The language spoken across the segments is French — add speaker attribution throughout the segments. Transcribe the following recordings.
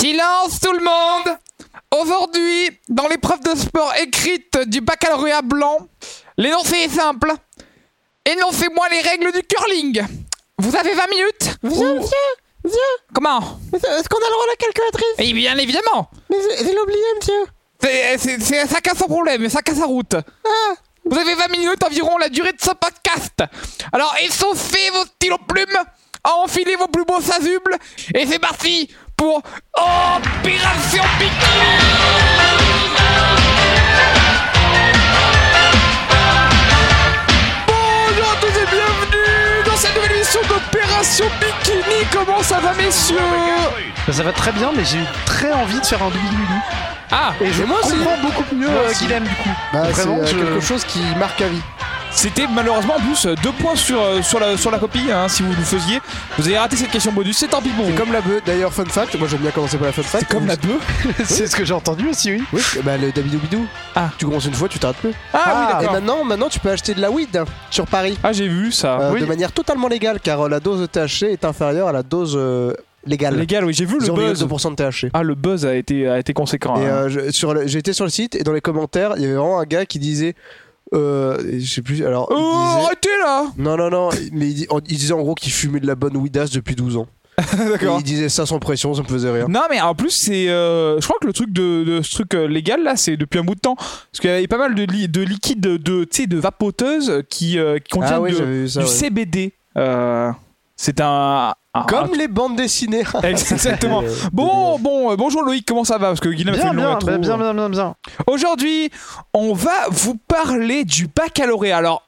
Speaker 1: Silence tout le monde Aujourd'hui, dans l'épreuve de sport écrite du baccalauréat blanc, l'énoncé est simple. Énoncez-moi les règles du curling. Vous avez 20 minutes
Speaker 2: Viens,
Speaker 1: Ou-
Speaker 2: monsieur Viens
Speaker 1: Comment
Speaker 2: Monsieur, Est-ce qu'on a le droit à la calculatrice
Speaker 1: Eh bien évidemment
Speaker 2: Mais je, je l'ai oublié, monsieur
Speaker 1: C'est- c'est- c'est- Ça casse son problème, ça casse sa route.
Speaker 2: Ah
Speaker 1: Vous avez 20 minutes environ la durée de ce podcast. Alors essoufflez vos stylos plumes, enfilez vos plus beaux sasubles, et c'est parti pour Opération Bikini Bonjour à tous et bienvenue dans cette nouvelle émission d'Opération Bikini. Comment ça va messieurs
Speaker 3: Bah, Ça va très bien, mais j'ai eu très envie de faire un double doudou.
Speaker 1: Ah,
Speaker 3: Et je
Speaker 4: moi aussi.
Speaker 3: comprends beaucoup mieux
Speaker 4: Moi
Speaker 3: euh,
Speaker 4: aussi.
Speaker 3: Guilhem, du coup.
Speaker 4: Bah, c'est
Speaker 3: Vraiment,
Speaker 4: euh,
Speaker 3: je-
Speaker 4: quelque chose qui marque à vie.
Speaker 5: C'était malheureusement en plus euh, deux points sur, euh, sur, la, sur la copie
Speaker 1: Ah,
Speaker 5: hein, si vous nous faisiez. Vous avez raté cette question bonus, c'est tant pis pour vous.
Speaker 4: Comme la bœuf. D'ailleurs, fun fact, moi j'aime bien commencer par la fun fact.
Speaker 5: Comme la bœuf
Speaker 3: c'est ce que j'ai entendu aussi, oui.
Speaker 4: Oui, bah le dabidoubidou.
Speaker 5: Ah.
Speaker 4: Tu commences une fois, tu t'arrêtes plus.
Speaker 5: Ah, oui,
Speaker 4: et
Speaker 5: d'accord.
Speaker 4: maintenant, maintenant, tu peux acheter de la weed sur Paris
Speaker 5: Ah, j'ai vu ça.
Speaker 4: euh,
Speaker 3: oui.
Speaker 4: de manière totalement légale car euh, la dose THC est inférieure à la dose euh, légale.
Speaker 5: Légal, oui, j'ai vu le buzz.
Speaker 4: 0,2% de THC.
Speaker 5: Ah, le buzz a été, a été conséquent.
Speaker 4: Et
Speaker 5: hein.
Speaker 4: euh, je- sur le- j'ai été sur le site et dans les commentaires, il y avait vraiment un gars qui disait, euh, je sais plus, alors. il
Speaker 5: Oh,
Speaker 4: disait-
Speaker 5: arrêtez là
Speaker 4: Non, non, non, mais il, dit- en- il disait en gros qu'il fumait de la bonne weedass depuis 12 ans.
Speaker 5: D'accord.
Speaker 4: Et il disait ça sans pression, ça me faisait rire.
Speaker 5: Non, mais en plus, c'est. euh, je crois que le truc de, de ce truc euh, légal là, c'est depuis un bout de temps. Parce qu'il y avait pas mal de, li- de liquide de, tu sais, de vapoteuse qui, euh, qui contient
Speaker 4: ah oui,
Speaker 5: de-
Speaker 4: j'avais vu ça.
Speaker 5: du
Speaker 4: ouais. Ah.
Speaker 5: CBD. Euh, c'est un. un-
Speaker 4: Comme les bandes dessinées.
Speaker 5: un- Exactement. Bon, bon, euh, bonjour Loïc, comment ça va Parce que Guillaume a fait
Speaker 3: Bien,
Speaker 5: une longue
Speaker 3: bien,
Speaker 5: intro.
Speaker 4: ben,
Speaker 3: bien, bien, bien, bien, bien.
Speaker 5: Aujourd'hui, on va vous parler du baccalauréat. Alors,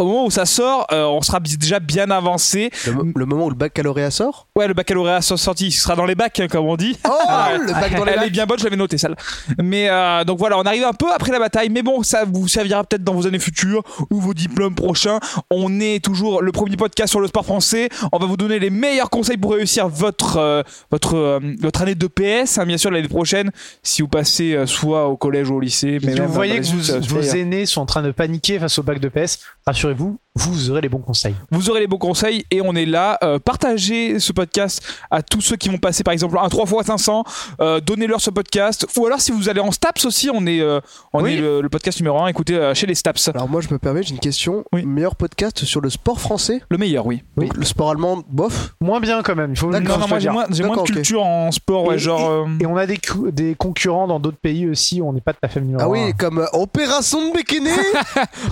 Speaker 5: au moment où ça sort, euh, on sera bi- déjà bien avancé.
Speaker 4: Le, mo- le moment où le baccalauréat sort
Speaker 5: Ouais, le baccalauréat sort sorti, il sera dans les bacs, hein, comme on dit.
Speaker 4: Oh,
Speaker 5: Ah,
Speaker 4: le bac dans les
Speaker 5: Elle
Speaker 4: lacs.
Speaker 5: est bien bonne, je l'avais notée celle. Mais euh, donc voilà, on arrive un peu après la bataille, mais bon, ça vous servira peut-être dans vos années futures ou vos diplômes prochains. On est toujours le premier podcast sur le sport français. On va vous donner les meilleurs conseils pour réussir votre euh, votre euh, votre année de PS, hein, bien sûr l'année prochaine, si vous passez euh, soit au collège ou au lycée. Mais
Speaker 3: Si vous
Speaker 5: même dans
Speaker 3: voyez
Speaker 5: les
Speaker 3: que vous-
Speaker 5: supérieurs.
Speaker 3: vos aînés sont en train de paniquer face au bac de PS, rassurez-vous, vous aurez les bons conseils.
Speaker 5: Vous aurez les bons conseils et on est là. Euh, partagez ce podcast à tous ceux qui vont passer par exemple un 3 x 500. Euh, Donnez-leur ce podcast. Ou alors si vous allez en Staps aussi, on est, euh, on
Speaker 3: Oui.
Speaker 5: est le, le podcast numéro 1. Écoutez, euh, chez les Staps.
Speaker 4: Alors moi je me permets, j'ai une question.
Speaker 5: Oui.
Speaker 4: Meilleur podcast sur le sport français
Speaker 5: Le meilleur, oui.
Speaker 4: Donc, Le sport allemand, bof.
Speaker 3: Moins bien quand même, il faut
Speaker 4: D'accord.
Speaker 3: non, faut
Speaker 5: Non, non, moi
Speaker 3: le
Speaker 5: j'ai
Speaker 3: dire.
Speaker 5: moins, j'ai moins de
Speaker 4: D'accord, ok.
Speaker 5: culture en sport, ouais,
Speaker 3: Et-
Speaker 5: genre. euh,
Speaker 3: Et on a des, cou- des concurrents dans d'autres pays aussi, on n'est pas de la famille
Speaker 4: Ah oui, Ah, comme euh, Opération Bikini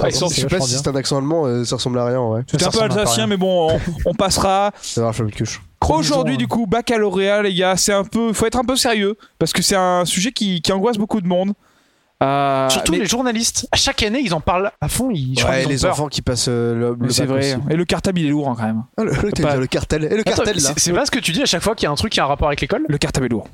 Speaker 3: ils sont-
Speaker 4: Je sais
Speaker 3: c'est
Speaker 4: pas
Speaker 3: vachement
Speaker 4: si
Speaker 3: bien.
Speaker 4: c'est un accent allemand, euh, ça ressemble à rien en vrai.
Speaker 5: C'était
Speaker 3: Ça
Speaker 5: un peu
Speaker 3: ressemble à
Speaker 5: alsacien,
Speaker 3: rien.
Speaker 5: mais bon, on, on passera.
Speaker 4: Ça marche le cuche.
Speaker 5: Aujourd'hui,
Speaker 3: hein.
Speaker 5: du coup, baccalauréat, les gars, c'est un peu. Faut être un peu sérieux parce que c'est un sujet qui, qui angoisse beaucoup de monde. Euh,
Speaker 3: Surtout
Speaker 5: mais-
Speaker 3: les journalistes, à chaque année ils en parlent à fond, ils, je crois
Speaker 4: Ouais,
Speaker 3: qu'ils ont
Speaker 4: les
Speaker 3: peur.
Speaker 4: enfants qui passent euh, le,
Speaker 5: mais
Speaker 4: le
Speaker 5: c'est
Speaker 4: bac
Speaker 5: vrai.
Speaker 4: aussi.
Speaker 5: Et le cartable, il est lourd hein, quand même.
Speaker 4: Ah, le, le- t'as
Speaker 5: Pas-
Speaker 4: dit le cartel. Et le
Speaker 3: Attends,
Speaker 4: cartel là
Speaker 3: c'est- c'est pas ce que tu dis à chaque fois qu'il y a un truc qui a un rapport avec l'école
Speaker 5: Le cartable est lourd.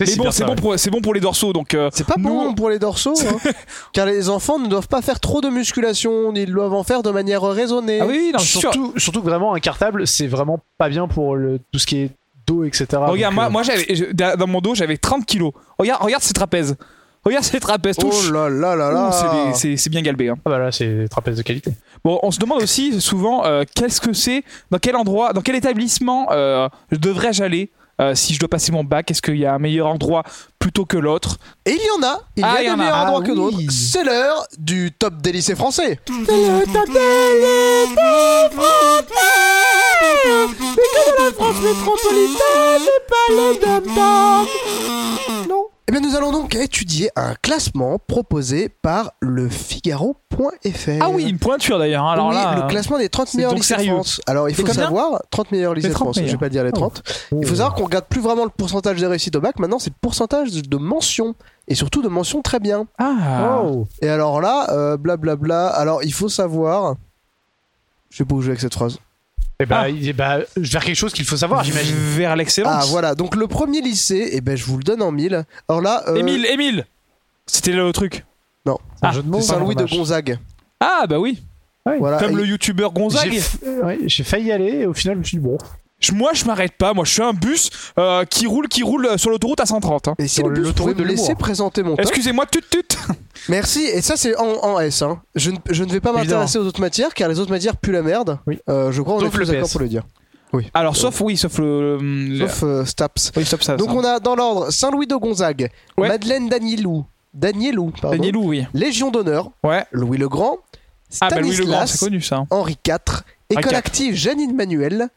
Speaker 5: Mais bon,
Speaker 3: bien
Speaker 5: c'est
Speaker 3: ça,
Speaker 5: bon,
Speaker 3: ouais.
Speaker 5: pour- c'est bon pour les dorsaux, donc. euh,
Speaker 4: C'est pas
Speaker 5: Nous-
Speaker 4: bon pour les dorsaux, hein, car les enfants ne doivent pas faire trop de musculation, ils doivent en faire de manière raisonnée.
Speaker 5: Ah oui, oui, non, je suis sûr.
Speaker 3: surtout, surtout que vraiment un cartable, c'est vraiment pas bien pour le, tout ce qui est dos, etc.
Speaker 5: regarde,
Speaker 4: Ah,
Speaker 3: Donc,
Speaker 5: moi,
Speaker 3: euh,
Speaker 5: moi j'avais, je- da- dans mon dos, j'avais 30 kilos. Regarde, regarde ces trapèzes. Regarde ces trapèzes.
Speaker 4: Oh
Speaker 5: Touche.
Speaker 4: là là là là
Speaker 5: Ouh, c'est, des- c'est- c'est bien galbé. hein.
Speaker 3: ah bah là, c'est des trapèzes de qualité.
Speaker 5: Bon, on se demande aussi souvent euh, qu'est-ce que c'est, dans quel endroit, dans quel établissement euh, devrais-je aller euh, si je dois passer mon bac Est-ce qu'il y a un meilleur endroit plutôt que l'autre
Speaker 4: Et il y en a, il
Speaker 5: Ah,
Speaker 4: y a
Speaker 5: il
Speaker 4: des
Speaker 5: y en a.
Speaker 4: meilleurs
Speaker 3: Ah
Speaker 4: endroits que
Speaker 3: oui.
Speaker 4: d'autres. C'est l'heure du top des lycées français. Eh bien, nous allons donc étudier un classement proposé par le Figaro.fr.
Speaker 5: Ah oui, une pointure d'ailleurs. hein. Alors
Speaker 4: Oui,
Speaker 5: là,
Speaker 4: le
Speaker 5: euh,
Speaker 4: classement des 30
Speaker 5: c'est
Speaker 4: meilleurs
Speaker 5: donc
Speaker 4: lycées
Speaker 5: sérieux.
Speaker 4: France. Alors, il
Speaker 5: C'est
Speaker 4: faut
Speaker 5: combien
Speaker 4: savoir, 30 meilleurs lycées
Speaker 5: 30
Speaker 4: France, je vais
Speaker 5: meilleurs. Oh.
Speaker 4: pas dire les 30. Il faut savoir qu'on regarde plus vraiment le pourcentage des réussites au bac, maintenant c'est le pourcentage de mentions. Et surtout de mentions très bien.
Speaker 5: Ah.
Speaker 3: Oh.
Speaker 4: Et alors là, euh, blablabla. Alors, il faut savoir. Je sais pas où je vais avec cette phrase.
Speaker 3: Et bah,
Speaker 5: Ah.
Speaker 3: il- eh bah, je vais faire quelque chose qu'il faut savoir, j'imagine.
Speaker 5: Vers l'excellence.
Speaker 4: Ah voilà, donc le premier lycée, eh ben je vous le donne en mille. Alors là, euh,
Speaker 5: Émile, Émile C'était le truc.
Speaker 3: C'est un
Speaker 5: Ah,
Speaker 3: jeu de
Speaker 4: c'est
Speaker 3: mots.
Speaker 4: Saint-Louis de
Speaker 3: Dommage.
Speaker 4: Gonzague.
Speaker 5: Ah bah oui,
Speaker 4: Voilà.
Speaker 5: comme
Speaker 4: Ah, Et-
Speaker 5: le youtubeur Gonzague.
Speaker 3: J'ai f- euh, ouais, j'ai failli y aller et au final, je me suis dit, bon,
Speaker 5: Je- Moi, je m'arrête pas. Moi, je suis un bus euh, qui roule, qui roule euh, sur l'autoroute à 130. hein.
Speaker 4: Et si
Speaker 3: Sur
Speaker 4: le bus
Speaker 3: l'autoroute
Speaker 4: pouvait
Speaker 3: de
Speaker 4: me laisser
Speaker 3: l'humour.
Speaker 4: présenter mon top.
Speaker 5: Excusez-moi, tut tut.
Speaker 4: Merci, et ça c'est en, en S. hein. Je, ne, je ne vais pas
Speaker 3: Évidemment.
Speaker 4: m'intéresser aux autres matières car les autres matières puent la merde.
Speaker 3: Oui.
Speaker 4: Euh, je crois qu'on
Speaker 3: Sauf
Speaker 4: est tous
Speaker 3: le
Speaker 4: d'accord
Speaker 3: PS.
Speaker 4: pour le dire. Oui.
Speaker 5: Alors, sauf, oui, sauf le. le-
Speaker 4: Sauf euh, Staps.
Speaker 5: Oui, sauf ça.
Speaker 4: Donc on a dans l'ordre Saint-Louis de Gonzague,
Speaker 5: Ouais.
Speaker 4: Madeleine Danielou, Danielou, pardon,
Speaker 5: Danielou, oui.
Speaker 4: Légion d'honneur,
Speaker 5: Ouais.
Speaker 4: Louis le Grand,
Speaker 5: Ah, bah Louis le Grand,
Speaker 4: Stanislas,
Speaker 5: c'est connu ça.
Speaker 4: Henri IV, École
Speaker 5: IV.
Speaker 4: active Janine Manuel,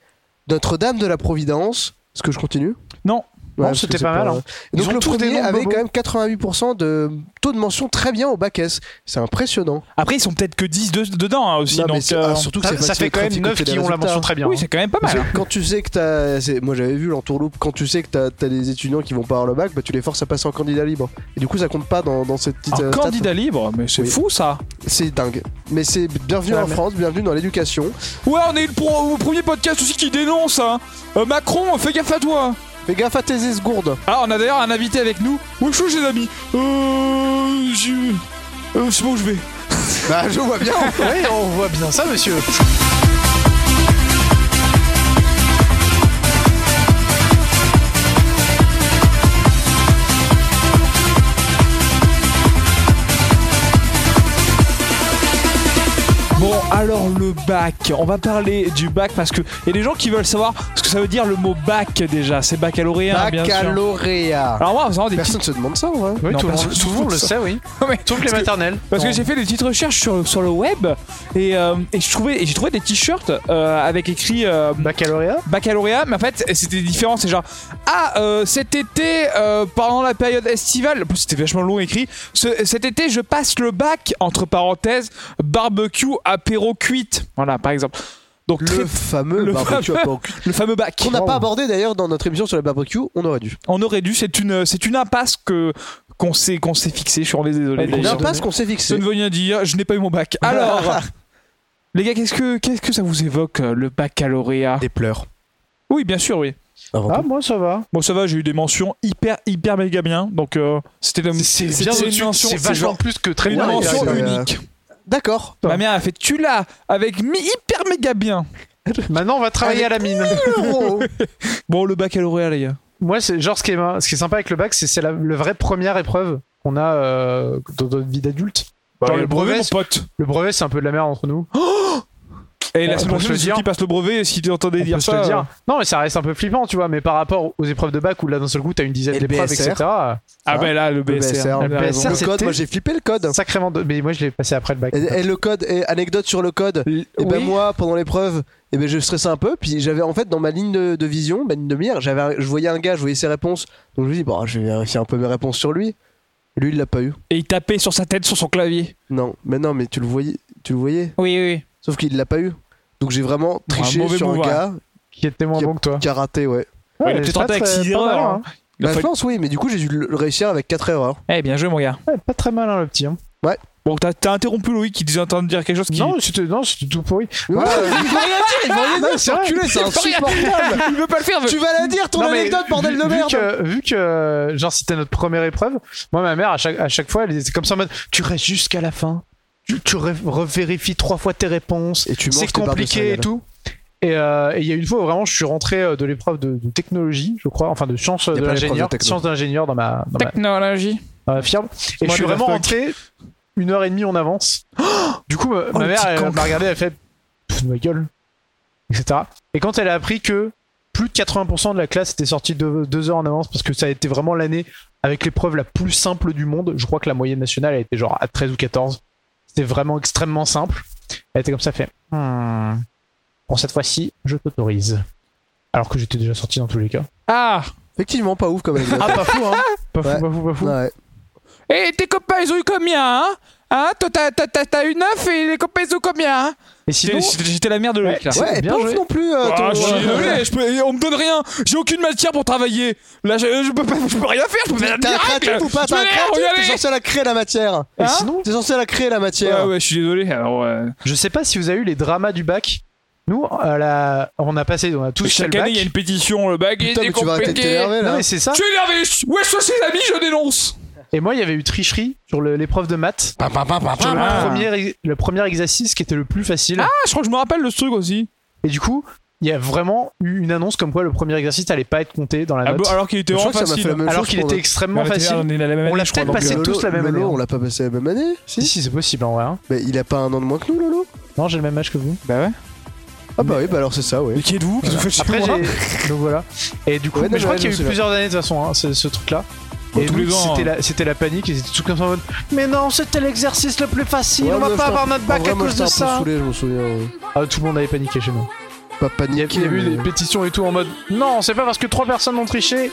Speaker 4: Notre-Dame de la Providence. Est-ce que je continue
Speaker 5: Non.
Speaker 3: Non,
Speaker 4: parce
Speaker 3: c'était
Speaker 4: que c'est
Speaker 3: pas mal, hein. Ils
Speaker 4: Donc
Speaker 3: ont
Speaker 4: le
Speaker 3: tous des
Speaker 4: premier
Speaker 3: noms de
Speaker 4: avait
Speaker 3: bobos.
Speaker 4: quand même 88% de taux de mention très bien au bac S. C'est impressionnant.
Speaker 5: Après, ils sont peut-être que 10 de- dedans hein, aussi.
Speaker 4: Non, mais
Speaker 5: donc,
Speaker 4: c'est-
Speaker 5: euh,
Speaker 4: ah, surtout que
Speaker 3: Ça,
Speaker 4: c'est
Speaker 3: ça
Speaker 4: facile
Speaker 3: fait
Speaker 4: de
Speaker 3: quand même
Speaker 4: trafiquer
Speaker 3: 9
Speaker 4: des
Speaker 3: qui ont la mention
Speaker 4: résultats.
Speaker 3: très bien.
Speaker 5: oui,
Speaker 3: hein.
Speaker 5: c'est quand même pas
Speaker 4: Parce
Speaker 5: mal.
Speaker 4: que quand tu sais que t'as. c'est- Moi j'avais vu l'entourloupe, quand tu sais que t'as as des étudiants qui vont pas avoir le bac, bah tu les forces à passer en candidat libre. Et du coup ça compte pas dans, dans cette petite.
Speaker 5: Un
Speaker 4: euh,
Speaker 5: candidat libre, mais c'est
Speaker 4: Oui.
Speaker 5: fou ça.
Speaker 4: stat. C'est dingue. Mais c'est bienvenue
Speaker 3: Ah,
Speaker 4: en
Speaker 3: mais-
Speaker 4: France, bienvenue dans l'éducation.
Speaker 5: Ouais, on est le, pro- le premier podcast aussi qui dénonce. Hein. Euh, Macron, fais gaffe à toi.
Speaker 4: Fais gaffe à tes esgourdes.
Speaker 5: Ah, on a d'ailleurs un invité avec nous. Wesh, les amis. Euh. je- euh, c'est bon, je vais.
Speaker 4: Bah je vois bien.
Speaker 3: Ouais, on voit bien ça, monsieur.
Speaker 5: Bon, alors le bac, on va parler du bac parce que il y a des gens qui veulent savoir ce que ça veut dire le mot bac déjà. C'est baccalauréat, bien sûr.
Speaker 4: Baccalauréat.
Speaker 5: Alors moi, c'est vraiment des
Speaker 4: Personne se demande ça, ouais.
Speaker 3: Oui,
Speaker 5: Non,
Speaker 3: tout, le
Speaker 5: parce
Speaker 3: monde,
Speaker 5: que-
Speaker 3: tout le monde le sait, oui.
Speaker 5: mais-
Speaker 3: Sauf les maternelles.
Speaker 5: Parce que j'ai fait des petites recherches sur, sur le web et, euh, et je trouvais- et j'ai trouvé des t-shirts euh, avec écrit euh,
Speaker 3: Baccalauréat
Speaker 5: baccalauréat, mais en fait c'était différent. C'est genre ah euh, cet été euh, pendant la période estivale, en plus c'était vachement long écrit. Ce- cet été je passe le bac entre parenthèses barbecue apéro cuite. Voilà par exemple. Donc très-
Speaker 4: Le fameux
Speaker 5: le
Speaker 4: barbecue
Speaker 5: fameux-
Speaker 4: à porc.
Speaker 5: le fameux bac.
Speaker 4: Qu'on n'a pas abordé d'ailleurs dans notre émission sur le barbecue, on aurait dû.
Speaker 5: On aurait dû, c'est une, c'est une impasse que qu'on s'est qu'on s'est fixée, je suis vraiment désolé.
Speaker 3: Ouais,
Speaker 5: les
Speaker 3: d'ailleurs.
Speaker 5: gars.
Speaker 3: Une
Speaker 4: L'impasse qu'on s'est
Speaker 5: Ça
Speaker 4: fixée.
Speaker 5: ne veut rien dire, je n'ai pas eu mon bac. Alors, les gars, qu'est-ce que qu'est-ce que ça vous évoque euh, le baccalauréat
Speaker 4: Des pleurs.
Speaker 5: Oui, bien sûr, oui.
Speaker 4: Avant
Speaker 3: Ah,
Speaker 4: tout.
Speaker 3: moi, ça va.
Speaker 5: Bon, ça va, j'ai eu des mentions hyper hyper méga bien, donc euh, c'était la-
Speaker 3: C'est
Speaker 5: c'était
Speaker 3: bien
Speaker 5: une
Speaker 3: au-dessus,
Speaker 5: mention-
Speaker 3: c'est
Speaker 5: c'est
Speaker 3: vachement
Speaker 5: genre
Speaker 3: plus que très
Speaker 5: une
Speaker 3: bien.
Speaker 4: mention
Speaker 3: les gars.
Speaker 4: unique.
Speaker 5: unique.
Speaker 4: D'accord.
Speaker 5: Ma mère a fait tu l'as avec mi hyper méga bien.
Speaker 3: Maintenant, on va travailler à la mine.
Speaker 5: Bon, le baccalauréat, les gars.
Speaker 3: Moi, c'est genre ce qui est, mar- ce qui est sympa avec le bac, c'est c'est la, le vraie première épreuve qu'on a euh, dans notre vie d'adulte. Genre,
Speaker 5: Genre,
Speaker 3: le brevet,
Speaker 5: Bah, mon
Speaker 3: c'est-
Speaker 5: pote.
Speaker 3: le brevet, c'est un peu de la merde entre nous.
Speaker 5: Et la
Speaker 3: on peut
Speaker 5: semaine
Speaker 3: se le
Speaker 5: prochaine, ceux
Speaker 3: dire.
Speaker 5: qui passe le brevet, si tu entendais
Speaker 3: On
Speaker 5: dire
Speaker 3: peut se
Speaker 5: ça.
Speaker 3: le
Speaker 5: euh,
Speaker 3: dire. Non, mais ça reste un peu flippant, tu vois. Mais par rapport aux épreuves de bac où là d'un seul coup t'as une dizaine
Speaker 4: Et le
Speaker 3: d'épreuves,
Speaker 4: BSR.
Speaker 3: etc.
Speaker 5: Ah ben là, le
Speaker 4: BSR,
Speaker 5: BSR.
Speaker 4: le
Speaker 5: elle a raison.
Speaker 3: Ça,
Speaker 4: le
Speaker 3: c'était-
Speaker 4: code, moi j'ai flippé le code.
Speaker 3: Sacrément. de- Mais moi, je l'ai passé après le bac.
Speaker 4: Et, et le code, et anecdote sur le code.
Speaker 5: L-
Speaker 4: Et ben
Speaker 5: oui.
Speaker 4: moi, pendant l'épreuve, et ben je stressais un peu. Puis j'avais en fait dans ma ligne de, de vision, ma ligne de mire, j'avais, un- je voyais un gars, je voyais ses réponses. Donc je me dis bon, je vais vérifier un peu mes réponses sur lui. Lui, il l'a pas eu.
Speaker 5: Et il tapait sur sa tête, sur son clavier.
Speaker 4: Non, mais non, mais tu le voyais, tu le voyais.
Speaker 5: Oui, oui.
Speaker 4: Sauf qu'il l'a pas eu. Donc j'ai vraiment triché
Speaker 5: mauvais
Speaker 4: sur
Speaker 5: move,
Speaker 4: un
Speaker 5: ouais.
Speaker 4: gars
Speaker 3: Qui était moins
Speaker 4: Qui a-
Speaker 3: bon que toi.
Speaker 4: qui a raté, ouais.
Speaker 5: Ouais, il a peut-être
Speaker 3: c'est pas
Speaker 5: tenté avec
Speaker 3: très-
Speaker 5: six
Speaker 3: pas mal,
Speaker 5: erreurs,
Speaker 3: hein.
Speaker 5: Il a
Speaker 4: Bah, je
Speaker 5: fallu-
Speaker 4: pense oui, mais du coup j'ai dû le le réussir avec 4 erreurs.
Speaker 5: Eh bien joué mon gars.
Speaker 3: Ouais, Pas très malin le petit. hein.
Speaker 5: Bon, t'as t'as interrompu Loïc qui disait en train de dire quelque chose qui...
Speaker 3: Non, c'était non, c'était tout pourri.
Speaker 4: hein.
Speaker 3: Ah,
Speaker 4: Ouais,
Speaker 5: il veut rien dire, il veut rien
Speaker 4: non, c'est enculé, c'est insupportable.
Speaker 5: Il veut pas le faire.
Speaker 4: tu vas la dire ton
Speaker 3: Non, mais
Speaker 4: anecdote, bordel
Speaker 3: vu,
Speaker 4: de
Speaker 3: vu
Speaker 4: merde.
Speaker 3: que, vu que, genre, c'était notre première épreuve, moi, ma mère, à chaque, à chaque fois, elle était comme ça en mode Tu restes jusqu'à la fin, tu, tu re- revérifies trois fois tes réponses,
Speaker 4: Et tu manges
Speaker 3: c'est
Speaker 4: tes barres de
Speaker 3: compliqué et
Speaker 4: céréales.
Speaker 3: tout. Et euh, et il y a une fois où vraiment je suis rentré euh, de l'épreuve de, de technologie, je crois, enfin de science euh,
Speaker 4: Il y a
Speaker 3: de
Speaker 4: plein d'épreuves de
Speaker 3: l'ingénieur,
Speaker 4: techno.
Speaker 3: science de l'ingénieur dans ma, dans ma,
Speaker 5: Technologie.
Speaker 3: dans ma firme. Euh, Et
Speaker 5: Moi,
Speaker 3: je suis
Speaker 5: les
Speaker 3: vraiment
Speaker 5: Daft
Speaker 3: rentré une heure et demie en avance. Du coup, ma, ma
Speaker 5: Oh, le
Speaker 3: mère,
Speaker 5: petit
Speaker 3: elle
Speaker 5: con.
Speaker 3: m'a regardé, elle fait Pff, de ma gueule, etc. Et quand elle a appris que plus de 80% de la classe était sortie de, deux heures en avance, parce que ça a été vraiment l'année avec l'épreuve la plus simple du monde, je crois que la moyenne nationale a été genre à 13 ou 14. C'était vraiment extrêmement simple. Elle était comme ça, elle fait Hmm. Bon, cette fois-ci, je t'autorise. Alors que j'étais déjà sorti dans tous les cas.
Speaker 5: Ah
Speaker 4: Effectivement, pas ouf comme anecdote.
Speaker 3: Ah, pas fou, hein Pas fou,
Speaker 4: Ouais.
Speaker 3: pas fou, pas fou.
Speaker 4: Ouais.
Speaker 5: Et Eh, tes copains, ils ont eu combien, hein Hein Toi, t'as- t'as- t'as t'as eu 9 et les copains, ils ont eu combien, hein
Speaker 3: Et sinon,
Speaker 5: J'étais la mère de
Speaker 3: Loïc, là.
Speaker 4: Ouais, et
Speaker 3: Bien
Speaker 4: pas ouf
Speaker 3: joué.
Speaker 4: non plus. euh, ton-
Speaker 5: Ah, je suis désolé, je peux- on me donne rien. J'ai aucune matière pour travailler. Là, je, je peux, pas, je peux rien faire. Je peux
Speaker 4: T'es
Speaker 5: faire
Speaker 4: un créatif ou pas T'es un créatif T'es censé la créer la matière.
Speaker 3: et
Speaker 5: hein
Speaker 3: sinon,
Speaker 4: T'es censé la créer la
Speaker 5: Ouais,
Speaker 4: matière.
Speaker 5: Ah ouais, je suis désolé. Alors, euh,
Speaker 3: Je sais pas si vous avez eu les dramas du bac. Nous, à la- on a passé, on a tous fait
Speaker 5: chaque
Speaker 3: le bac.
Speaker 5: année, il y a une hein. pétition, le bague
Speaker 4: Putain,
Speaker 5: est
Speaker 4: mais tu vas arrêter de t'énerver
Speaker 3: Non
Speaker 4: là.
Speaker 3: mais c'est ça.
Speaker 5: Je suis énervé. je- Ouais, ça, c'est amis, je dénonce.
Speaker 3: Et moi, il y avait eu tricherie sur le- l'épreuve de maths. Sur le,
Speaker 5: Ah.
Speaker 3: premier, ex- le premier exercice qui était le plus facile.
Speaker 5: Ah, je crois que je me rappelle de ce truc aussi.
Speaker 3: Et du coup, il y a vraiment eu une annonce comme quoi le premier exercice allait pas être compté dans la
Speaker 5: Ah
Speaker 3: note.
Speaker 5: bon, alors qu'il était
Speaker 4: Je
Speaker 5: vraiment
Speaker 4: crois que ça m'a fait la
Speaker 5: facile.
Speaker 4: même
Speaker 3: alors
Speaker 4: chose.
Speaker 3: qu'il était extrêmement
Speaker 5: Ouais,
Speaker 3: facile.
Speaker 5: on est la même
Speaker 3: On
Speaker 5: année,
Speaker 3: l'a
Speaker 5: je crois,
Speaker 3: peut-être
Speaker 5: donc,
Speaker 3: passé
Speaker 5: euh,
Speaker 3: c'est tous la même année,
Speaker 4: Lolo,
Speaker 3: hein.
Speaker 4: on l'a pas passé la même année
Speaker 3: Si, si, c'est possible en vrai. hein.
Speaker 4: Mais il a pas un an de moins que nous, Lolo
Speaker 3: Non, j'ai le même âge que vous.
Speaker 5: Bah ouais.
Speaker 4: Ah bah oui, bah alors c'est ça, ouais.
Speaker 5: Mais qui êtes-vous Qu'est-ce que vous faites chez
Speaker 3: Après,
Speaker 5: moi
Speaker 3: j'ai- Donc voilà. Et du coup,
Speaker 4: Ouais, non,
Speaker 3: mais je
Speaker 4: mais
Speaker 3: crois
Speaker 4: ouais,
Speaker 3: qu'il y a
Speaker 4: non,
Speaker 3: eu
Speaker 4: c'est
Speaker 3: plusieurs années de toute façon, hein, ce, ce truc-là.
Speaker 5: Bon,
Speaker 3: Et
Speaker 5: tous
Speaker 3: nous,
Speaker 5: les ans,
Speaker 3: c'était
Speaker 5: hein.
Speaker 3: la, c'était la panique, ils étaient tous comme ça en mode Mais non, c'était l'exercice le plus facile,
Speaker 4: Ouais,
Speaker 3: on va
Speaker 4: moi,
Speaker 3: pas
Speaker 4: j'étais un
Speaker 3: avoir notre
Speaker 4: peu- en
Speaker 3: bac
Speaker 4: vrai,
Speaker 3: à
Speaker 4: moi,
Speaker 3: cause
Speaker 4: j'étais
Speaker 3: de
Speaker 4: un peu
Speaker 3: ça.
Speaker 4: saoulé, je me souviens. ouais.
Speaker 3: Ah, tout le monde avait paniqué chez nous.
Speaker 4: Pas
Speaker 3: Il y a-
Speaker 4: paniqué.
Speaker 3: il y a eu
Speaker 4: mais-
Speaker 3: des pétitions et tout en mode Non, c'est pas parce que trois personnes ont triché,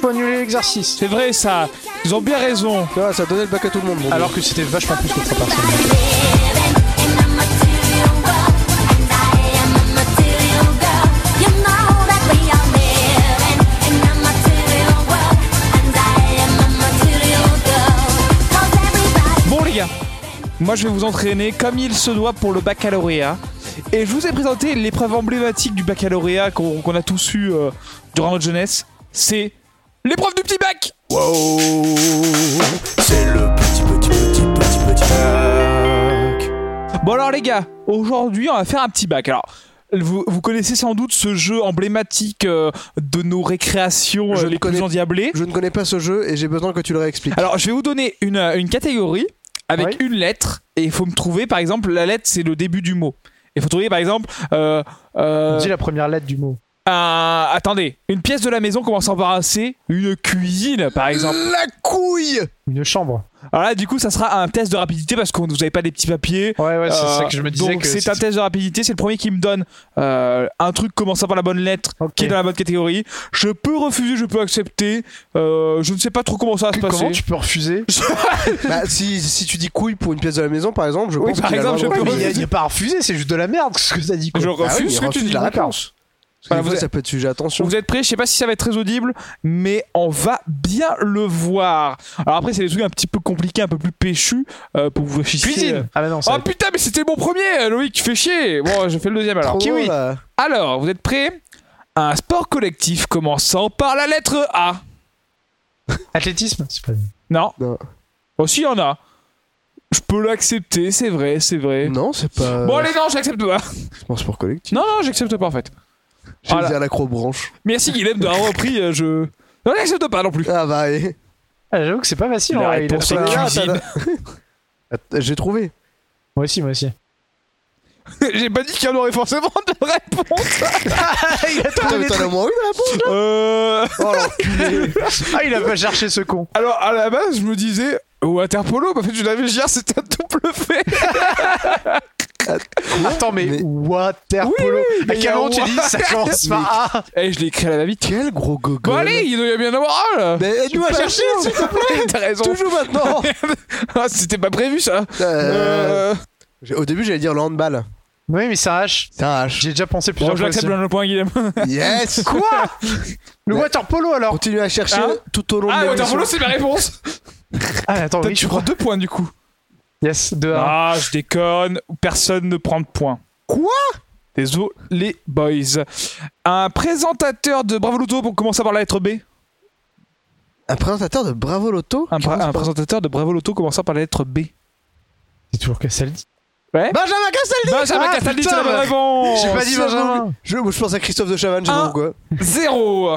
Speaker 3: faut annuler l'exercice.
Speaker 5: C'est vrai ça. Ils ont bien raison.
Speaker 4: Tu vois, Ah, ça donnait le bac à tout le monde. mon
Speaker 3: Alors que c'était vachement plus que trois personnes.
Speaker 5: Bon les gars, moi je vais vous entraîner comme il se doit pour le baccalauréat. Et je vous ai présenté l'épreuve emblématique du baccalauréat qu'on qu'on a tous eu euh, durant notre jeunesse. C'est l'épreuve du petit bac Bon alors les gars, aujourd'hui on va faire un petit bac. Alors vous, vous connaissez sans doute ce jeu emblématique euh, de nos récréations
Speaker 4: Je
Speaker 5: euh,
Speaker 4: le
Speaker 5: les plus
Speaker 4: connais.
Speaker 5: endiablées.
Speaker 4: Je ne connais pas ce jeu et j'ai besoin que tu le réexpliques.
Speaker 5: Alors, je vais vous donner une, euh, une catégorie avec
Speaker 3: Oui.
Speaker 5: une lettre et il faut me trouver, par exemple, la lettre c'est le début du mot. Il faut trouver, par exemple, euh, euh,
Speaker 3: On dit la première lettre du mot.
Speaker 5: un- attendez, une pièce de la maison commençant par un C, une cuisine, par exemple.
Speaker 4: La couille
Speaker 3: Une chambre.
Speaker 5: Alors là, du coup, ça sera un test de rapidité parce que vous n'avez pas des petits papiers.
Speaker 3: Ouais, ouais, c'est
Speaker 5: Euh,
Speaker 3: ça que je me disais.
Speaker 5: donc
Speaker 3: que
Speaker 5: c'est un test de rapidité, c'est le premier qui me donne euh, un truc commençant par la bonne lettre,
Speaker 3: Ok.
Speaker 5: qui est dans la bonne catégorie. Je peux refuser, je peux accepter. Euh, je ne sais pas trop comment ça va se passer.
Speaker 3: Comment tu peux refuser
Speaker 4: Bah, si, si tu dis couille pour une pièce de la maison, par exemple, je
Speaker 5: Oui,
Speaker 4: pense
Speaker 5: par
Speaker 4: qu'il a le
Speaker 5: exemple,
Speaker 4: droit
Speaker 5: je
Speaker 4: de-
Speaker 5: Bah, peux-
Speaker 3: Mais il y a- il y a pas à refuser, c'est juste de la merde ce que t'as dit. quoi.
Speaker 5: Je
Speaker 4: Ah oui,
Speaker 5: refuse
Speaker 4: il
Speaker 5: ce que tu
Speaker 4: refuse
Speaker 5: dis.
Speaker 4: la
Speaker 3: D'accord.
Speaker 4: réponse. Parce que
Speaker 5: Voilà,
Speaker 4: des
Speaker 5: vous
Speaker 4: fois,
Speaker 5: êtes-
Speaker 4: ça peut être sujet, attention.
Speaker 5: Vous êtes prêts Je sais pas si ça va être très audible, mais on va bien le voir. Alors après, c'est des trucs un petit peu compliqués, un peu plus péchus euh, pour que vous réfléchissiez.
Speaker 3: Cuisine. Ah, bah non, ça
Speaker 5: Ah
Speaker 3: va être-
Speaker 5: putain, mais c'était mon premier, euh, Loïc, tu fais chier. Bon, je fais le deuxième alors.
Speaker 4: Trop
Speaker 5: Kiwi.
Speaker 4: drôle, là.
Speaker 5: Alors, vous êtes prêts Un sport collectif commençant par la lettre A.
Speaker 3: Athlétisme C'est pas
Speaker 5: Non.
Speaker 4: Non.
Speaker 5: Oh, si, il y en a. Je peux l'accepter, c'est vrai, c'est
Speaker 3: Mm.
Speaker 5: vrai.
Speaker 4: Non, c'est pas.
Speaker 5: Bon, allez, non, j'accepte pas.
Speaker 4: C'est pas un sport collectif.
Speaker 5: Non, non, j'accepte pas en fait.
Speaker 4: Je vais
Speaker 5: Voilà.
Speaker 4: dire l'acrobranche.
Speaker 5: Merci Guilhem d'avoir repris, euh, je. Non, j'accepte pas non plus.
Speaker 4: Ah bah, et-
Speaker 3: Ah, j'avoue que c'est pas facile.
Speaker 5: La
Speaker 3: en vrai, il a
Speaker 5: réponse est
Speaker 3: pas-
Speaker 5: cuisine.
Speaker 4: Attends, J'ai trouvé.
Speaker 3: Moi aussi, moi aussi.
Speaker 5: J'ai pas dit qu'il y en aurait forcément de réponse.
Speaker 4: Putain, mais t'en as au moins une réponse
Speaker 5: Euh,
Speaker 4: Oh l'enculé
Speaker 3: Ah, il a pas cherché ce con.
Speaker 5: alors à la base, je me disais ou Interpolo, bah, en fait, je l'avais hier, c'était un double fait.
Speaker 3: Attends, mais,
Speaker 4: Mais-
Speaker 3: Waterpolo.
Speaker 5: Oui, oui, mais
Speaker 3: à
Speaker 5: il y
Speaker 3: quel
Speaker 5: a
Speaker 3: moment tu
Speaker 5: wa-
Speaker 3: dis ça commence par A
Speaker 5: Et je l'ai écrit à la vite.
Speaker 4: Quel gros gogo
Speaker 5: Bon allez, il doit y a bien avoir un là.
Speaker 4: Mais aide-nous à chercher
Speaker 5: s'il te plaît. T'as raison.
Speaker 4: Toujours maintenant
Speaker 5: Ah, C'était pas prévu ça.
Speaker 4: Euh,
Speaker 5: Euh...
Speaker 4: j'ai- Au début, j'allais dire le handball.
Speaker 3: Oui, mais c'est un H.
Speaker 4: C'est un H.
Speaker 3: J'ai déjà pensé
Speaker 5: Bon,
Speaker 3: plusieurs
Speaker 5: je
Speaker 3: fois.
Speaker 5: l'accepte dans le point Guilhem.
Speaker 4: Yes
Speaker 3: Quoi Le
Speaker 4: Ouais.
Speaker 3: waterpolo alors
Speaker 4: Continue à chercher
Speaker 5: Hein
Speaker 4: tout au long
Speaker 5: Ah,
Speaker 4: de
Speaker 5: Waterpolo,
Speaker 4: l'émission.
Speaker 5: c'est ma réponse.
Speaker 3: Ah, attends,
Speaker 5: Peut-être
Speaker 3: oui, je
Speaker 5: que tu prends
Speaker 3: crois.
Speaker 5: deux points du coup.
Speaker 3: Yes, de A.
Speaker 5: Ah, je déconne. Personne ne prend de points.
Speaker 4: Quoi
Speaker 5: Désolé, les boys. Un présentateur de Bravo Luto pour commencer par la lettre B.
Speaker 4: Un présentateur de Bravo Loto
Speaker 5: Un,
Speaker 4: qui
Speaker 5: pr-
Speaker 4: commence
Speaker 5: un
Speaker 4: par-
Speaker 5: présentateur de Bravo Loto commençant par la lettre B.
Speaker 3: C'est toujours Castaldi.
Speaker 4: Benjamin Castaldi
Speaker 5: Benjamin
Speaker 3: Ah,
Speaker 5: Castaldi,
Speaker 3: putain,
Speaker 5: c'est la bonne
Speaker 3: bah,
Speaker 5: réponse
Speaker 4: j'ai
Speaker 3: J'ai pas dit
Speaker 4: c'est
Speaker 3: Benjamin.
Speaker 4: je, moi, je pense à Christophe de Chavannes, je sais
Speaker 5: Un.
Speaker 4: pas pourquoi.
Speaker 5: Zéro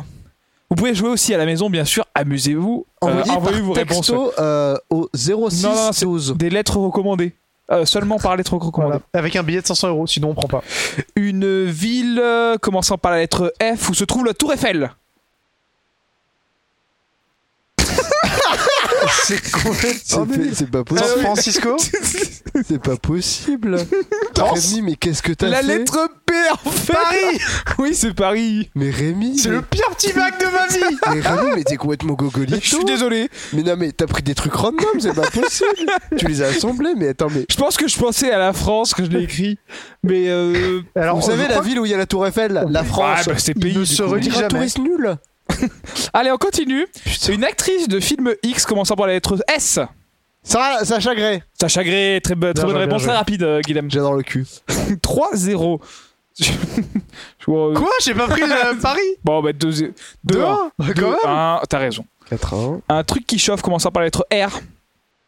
Speaker 5: Vous pouvez jouer aussi à la maison, bien sûr. Amusez-vous. Euh,
Speaker 4: Envoyez,
Speaker 5: envoyez
Speaker 4: par
Speaker 5: vos réponses.
Speaker 4: texto euh, au
Speaker 5: Non, non, c'est-
Speaker 4: 0612.
Speaker 5: Des lettres recommandées. Euh, seulement par lettres recommandées.
Speaker 3: Voilà. Avec un billet de 500 euros, sinon on prend pas.
Speaker 5: Une ville euh, commençant par la lettre F où se trouve la Tour Eiffel.
Speaker 3: C'est
Speaker 4: C'est
Speaker 3: complètement.
Speaker 4: pas- C'est pas
Speaker 3: San
Speaker 4: possible.
Speaker 3: Francisco
Speaker 4: C'est pas possible.
Speaker 3: France
Speaker 4: Rémi, mais qu'est-ce que t'as
Speaker 5: la
Speaker 4: fait
Speaker 5: lettre P en fait.
Speaker 3: Paris
Speaker 5: Oui, c'est Paris.
Speaker 4: Mais Rémi,
Speaker 3: C'est
Speaker 4: mais-
Speaker 3: le pire petit bac de ma vie
Speaker 4: mais Rémi, mais t'es complètement
Speaker 5: Je
Speaker 4: gogolito.
Speaker 5: suis désolé.
Speaker 4: Mais non, mais t'as pris des trucs random, c'est pas possible. tu les as assemblés, mais attends, mais.
Speaker 5: Je pense que je pensais à la France que je l'ai écrit. Mais euh,
Speaker 3: Alors,
Speaker 4: Vous
Speaker 3: je
Speaker 4: savez la
Speaker 3: crois
Speaker 4: ville où il y a la Tour Eiffel, là, la
Speaker 5: ah,
Speaker 4: France.
Speaker 5: bah, c'est pays.
Speaker 3: ne
Speaker 5: du
Speaker 3: se
Speaker 5: coup.
Speaker 3: relie-
Speaker 4: On dirait un
Speaker 3: jamais.
Speaker 4: touriste nul.
Speaker 5: Allez, on continue.
Speaker 4: Putain.
Speaker 5: Une actrice de film X commençant par la lettre S.
Speaker 4: Ça, Sacha Gray.
Speaker 5: Sacha Grey, très, bonne- très
Speaker 3: Bien
Speaker 5: bonne
Speaker 3: joué, bien
Speaker 5: réponse,
Speaker 3: joué.
Speaker 5: très rapide, euh, Guilhem.
Speaker 4: J'adore le cul.
Speaker 5: 3-0. Je vois, euh,
Speaker 3: Quoi J'ai pas pris le Paris
Speaker 5: Bon, bah 2-1.
Speaker 3: Dehors Bah, quand même.
Speaker 5: T'as raison.
Speaker 4: 4 1.
Speaker 5: Un truc qui chauffe commençant par la lettre R.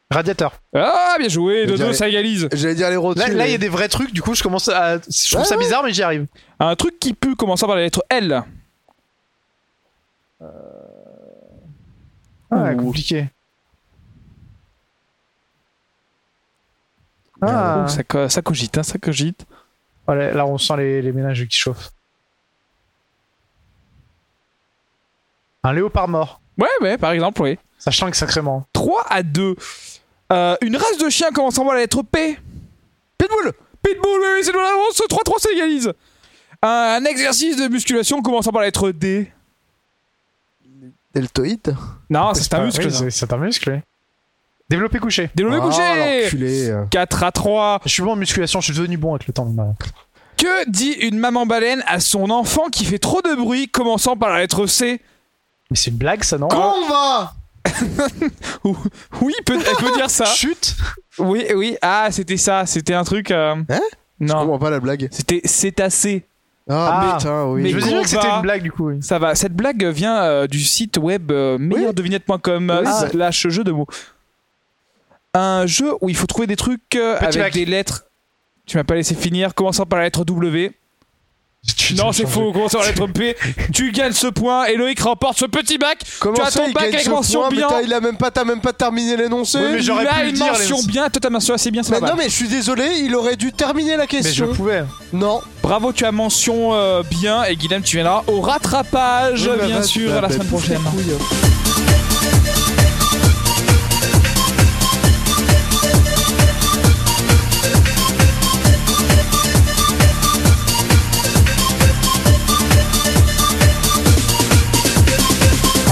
Speaker 3: Radiateur.
Speaker 5: Ah, bien joué,
Speaker 4: Je
Speaker 5: 2-2,
Speaker 4: dirais-
Speaker 5: ça égalise.
Speaker 4: J'allais dire les rotules.
Speaker 3: Là, là, il y a des vrais trucs, du coup, je commence à. Je trouve
Speaker 4: Ouais,
Speaker 3: ça bizarre, mais j'y arrive.
Speaker 5: Un truc qui pue commençant par la lettre L.
Speaker 3: Ah,
Speaker 5: Ouh.
Speaker 3: compliqué.
Speaker 5: Ah.
Speaker 4: Ah.
Speaker 5: Oh, ça, co- ça cogite, hein, ça cogite.
Speaker 3: Ah, là, là, on sent les, les ménages qui chauffent. Un léopard mort.
Speaker 5: Ouais, ouais, par exemple, oui.
Speaker 3: Ça chlingue sacrément.
Speaker 5: 3 à 2. Euh, une race de chiens commençant par la lettre P. Pitbull Pitbull, oui, oui, c'est de l'avance, 3-3 s'égalise. Euh, Un, un exercice de musculation commençant par la lettre D.
Speaker 4: Deltoïde
Speaker 5: Non, c'est un
Speaker 3: pas-
Speaker 5: muscle.
Speaker 3: oui,
Speaker 5: ça.
Speaker 3: c'est- C'est un muscle, oui. Développé couché.
Speaker 5: Développé couché
Speaker 4: Ah, l'enculé.
Speaker 5: 4 à 3.
Speaker 3: Je suis bon en musculation, je suis devenu bon avec le temps. maintenant.
Speaker 5: Que dit une maman baleine à son enfant qui fait trop de bruit commençant par la lettre C
Speaker 3: Mais c'est une blague, ça, non
Speaker 4: on va
Speaker 5: Oui, peut- elle peut dire ça.
Speaker 3: Chut
Speaker 5: Oui, oui. Ah, c'était ça. C'était un truc. euh,
Speaker 4: Hein Je
Speaker 5: Non.
Speaker 4: comprends pas la blague.
Speaker 5: C'était cétacé.
Speaker 4: Ah,
Speaker 3: Ah,
Speaker 4: putain, oui.
Speaker 5: mais
Speaker 3: Je me
Speaker 5: gros,
Speaker 3: disais que c'était
Speaker 5: va.
Speaker 3: une blague, du coup. oui.
Speaker 5: Ça va. Cette blague vient euh, du site web euh, meilleurdevinette.com euh,
Speaker 4: Oui, bah.
Speaker 5: slash jeu de mots. Un jeu où il faut trouver des trucs euh,
Speaker 3: Petit
Speaker 5: avec
Speaker 3: bac.
Speaker 5: des lettres. Tu m'as pas laissé finir. Commençant par la lettre W. non, c'est faux. Commençant par la lettre P. Tu gagnes ce point. Et Loïc remporte ce petit bac.
Speaker 4: Comment
Speaker 5: Tu as
Speaker 4: ça,
Speaker 5: ton
Speaker 4: il
Speaker 5: bac
Speaker 4: gagne
Speaker 5: avec
Speaker 4: ce
Speaker 5: mention
Speaker 4: point, mais
Speaker 5: bien.
Speaker 4: t'as- il a même pas, t'as même pas terminé l'énoncé.
Speaker 3: Oui, mais j'aurais
Speaker 5: Il a
Speaker 3: pu le
Speaker 5: une
Speaker 3: dire, les
Speaker 5: mention
Speaker 3: mecs.
Speaker 5: bien. Toi, ta mention assez bien.
Speaker 4: Mais
Speaker 5: C'est pas
Speaker 4: non,
Speaker 5: mal.
Speaker 4: mais je suis désolé, il aurait dû terminer la
Speaker 3: Mais je
Speaker 4: question.
Speaker 3: pouvais.
Speaker 4: Non.
Speaker 5: Bravo, tu as mention euh, bien. Et Guillaume, tu viendras au rattrapage,
Speaker 4: Oui, bah,
Speaker 5: bien
Speaker 4: bah,
Speaker 5: sûr,
Speaker 4: bah,
Speaker 5: la
Speaker 4: bah,
Speaker 5: semaine
Speaker 4: pousse les
Speaker 5: prochaine.
Speaker 4: couilles.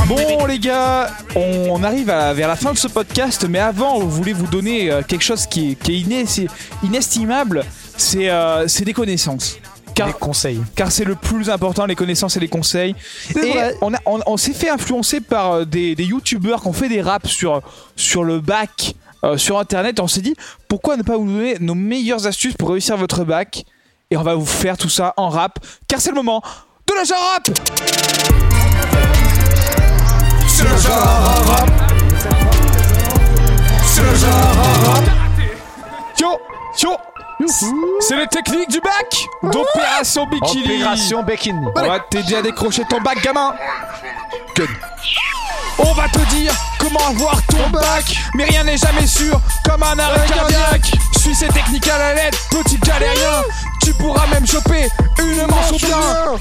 Speaker 5: Bon les gars, on arrive à- vers la fin de ce podcast, mais avant, on voulait vous donner euh, quelque chose qui est, qui est inesti- inestimable, c'est euh, c'est des connaissances. Car,
Speaker 3: Des conseils.
Speaker 5: car c'est le plus important, les connaissances et les conseils.
Speaker 4: C'est
Speaker 5: Et
Speaker 4: vrai.
Speaker 5: on, a- on- on s'est fait influencer par euh, des, des youtubeurs qui ont fait des raps sur, sur le bac, euh, sur internet. On s'est dit, pourquoi ne pas vous donner nos meilleures astuces pour réussir votre bac Et on va vous faire tout ça en rap, car c'est le moment de la rap Yo, yo, c'est les techniques du bac d'opération bikini.
Speaker 3: Opération Bikini.
Speaker 5: On va t'aider à décrocher ton bac, gamin. On va te dire comment avoir ton bac, mais rien n'est jamais sûr, comme un arrêt cardiaque. Suis ces techniques à la lettre, petit galérien. Tu pourras même choper une mention bien.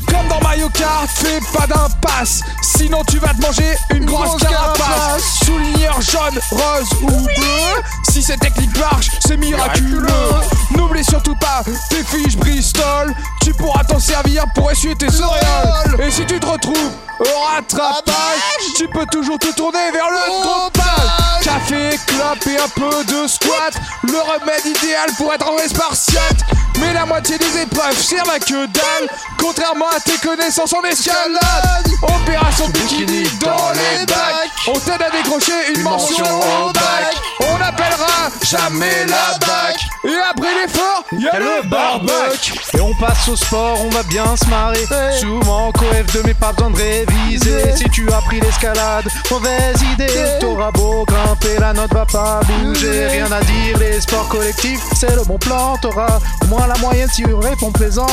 Speaker 5: Comme dans Mario Kart, fais pas d'impasse, sinon tu vas te manger une grosse carapace. Souligneur jaune, rose ou bleu, si ces techniques marchent, c'est miraculeux. N'oublie surtout pas tes fiches Bristol, tu pourras t'en servir pour essuyer tes auréoles. Et si tu te retrouves au rattrapage, tu peux toujours te tourner vers le dopage. Café, clope et un peu de squat, le remède idéal pour être en spartiate. Mais la moitié des épreuves servent à que dalle, contrairement à tes connaissances en escalade. Opération bikini dans les bacs, on t'aide à décrocher une mention au bac. On n'appellera jamais la bac. Et après l'effort, il y a le barbec.
Speaker 3: Et on passe au sport, on va bien se marrer. Souvent coef de mes pas besoin de réviser. Si tu as pris l'escalade, mauvaise idée. T'auras beau grimper, la note va pas bouger. Rien à dire, les sports collectifs, c'est le bon plan. T'auras au moins la moyenne si tu réponds plaisant.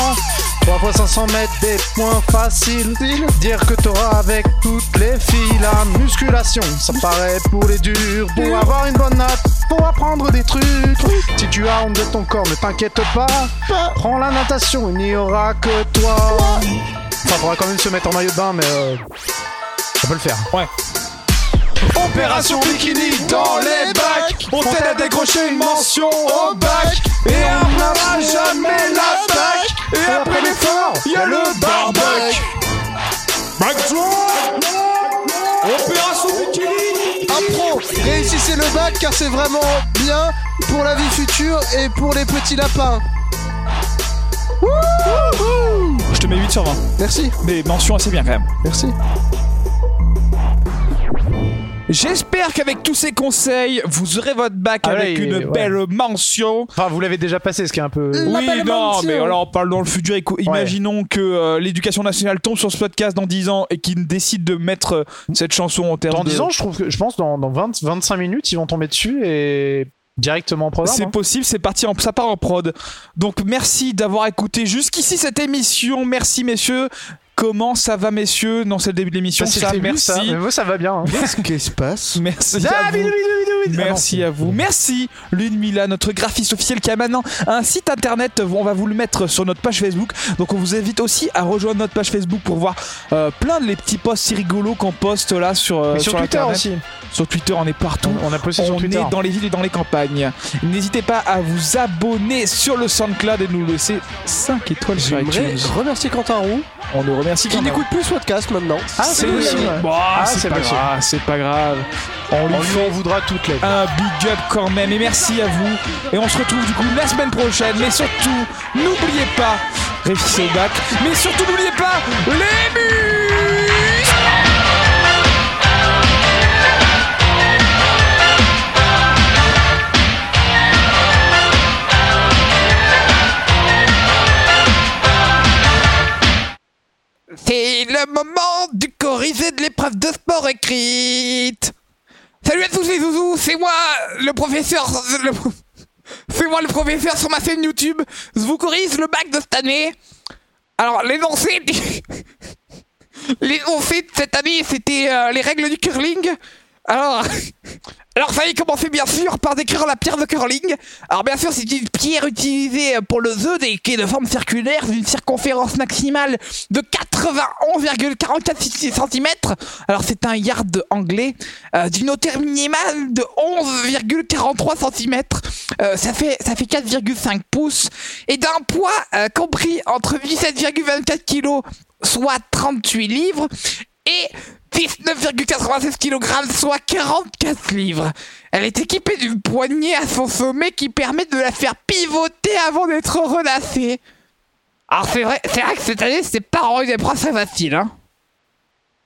Speaker 3: 3 fois 500 mètres, des points faciles. Dire que t'auras avec toutes les filles la musculation. Ça paraît pour les durs, pour avoir une bonne note, pour apprendre des trucs. Si tu as honte de ton corps, ne t'inquiète pas. Prends la natation, il n'y aura que toi. Enfin, faudra quand même se mettre en maillot de bain, mais euh, on peut le faire. Ouais.
Speaker 5: Opération bikini dans les bacs. On t'aide à décrocher une mention au bac. Et on n'aura jamais la bac. Et après l'effort, il y a le barbec. Bac Opération bikini.
Speaker 4: Un pro, réussissez le bac car c'est vraiment bien pour la vie future et pour les petits lapins.
Speaker 5: Je te mets 8 sur 20.
Speaker 4: Merci,
Speaker 5: Mais mention assez bien quand même.
Speaker 4: merci.
Speaker 5: J'espère qu'avec tous ces conseils, vous aurez votre bac
Speaker 3: Ah
Speaker 5: avec
Speaker 3: ouais,
Speaker 5: une
Speaker 3: ouais.
Speaker 5: belle mention.
Speaker 3: Enfin, vous l'avez déjà passé, ce qui est un peu.
Speaker 5: Oui, non, mais alors on parle dans le futur. Écou- Imaginons que euh, l'éducation nationale tombe sur ce podcast dans 10 ans et qu'ils décident de mettre euh, cette chanson en termes
Speaker 3: Dans
Speaker 5: de...
Speaker 3: 10 ans, je trouve que je pense dans, dans 20, 25 minutes, ils vont tomber dessus et directement en programme.
Speaker 5: C'est
Speaker 3: hein.
Speaker 5: possible, c'est parti, en, ça part en prod. Donc merci d'avoir écouté jusqu'ici cette émission. Merci messieurs. Comment ça va messieurs Non, c'est le début de l'émission.
Speaker 3: Ça, Bah, c'est
Speaker 5: Ça,
Speaker 3: le début,
Speaker 5: merci.
Speaker 3: ça. Mais moi, ça va bien. hein.
Speaker 4: Qu'est-ce qui se passe
Speaker 5: Merci. à vous. Merci à
Speaker 3: Euh,
Speaker 5: vous. Merci Lune Mila, notre graphiste officiel qui a maintenant un site internet. On va vous le mettre sur notre page Facebook. Donc on vous invite aussi à rejoindre notre page Facebook pour voir euh, plein de les petits posts si rigolos qu'on poste là sur, euh,
Speaker 3: Mais sur, Twitter
Speaker 5: Internet.
Speaker 3: aussi.
Speaker 5: Sur Twitter, on est partout.
Speaker 3: On a posté sur
Speaker 5: On
Speaker 3: Twitter.
Speaker 5: est dans les villes et dans les campagnes. N'hésitez pas à vous abonner sur le SoundCloud et nous laisser 5 étoiles sur
Speaker 4: J'aimerais
Speaker 5: iTunes.
Speaker 4: remercier Quentin Roux
Speaker 5: On nous remercie.
Speaker 4: qui
Speaker 5: Quentin.
Speaker 4: n'écoute plus ce podcast maintenant.
Speaker 3: Ah, c'est possible. ouais.
Speaker 5: Bon,
Speaker 3: Ah,
Speaker 5: Bah, c'est
Speaker 3: c'est
Speaker 5: pas
Speaker 3: possible.
Speaker 5: grave, c'est pas grave.
Speaker 3: On
Speaker 5: On lui
Speaker 3: lui en voudra toutes les.
Speaker 5: un big up quand même et merci à vous et on se retrouve du coup la semaine prochaine mais surtout n'oubliez pas révisez au bac mais surtout n'oubliez pas les bus
Speaker 1: C'est le moment du corrigé de l'épreuve de sport écrite. Salut à tous les zouzous, c'est moi le professeur. le pro- C'est moi le professeur sur ma chaîne YouTube. Je vous corrige le bac de cette année. Alors, l'énoncé. du- L'énoncé de cette année, c'était euh, les règles du curling. Alors. Alors, ça y commencer bien sûr par décrire la pierre de curling. Alors, bien sûr, c'est une pierre utilisée pour le jeu des- qui est de forme circulaire d'une circonférence maximale de 91,44 cm. Alors, c'est un yard anglais euh, d'une hauteur minimale de 11,43 cm. Euh, ça fait, ça fait 4,5 pouces et d'un poids euh, compris entre 17,24 kg, soit 38 livres, et 19,96 kg, soit 44 livres. Elle est équipée d'une poignée à son sommet qui permet de la faire pivoter avant d'être relâchée. Alors c'est vrai, c'est vrai que cette année, c'est pas rendu des épreuve très facile, hein.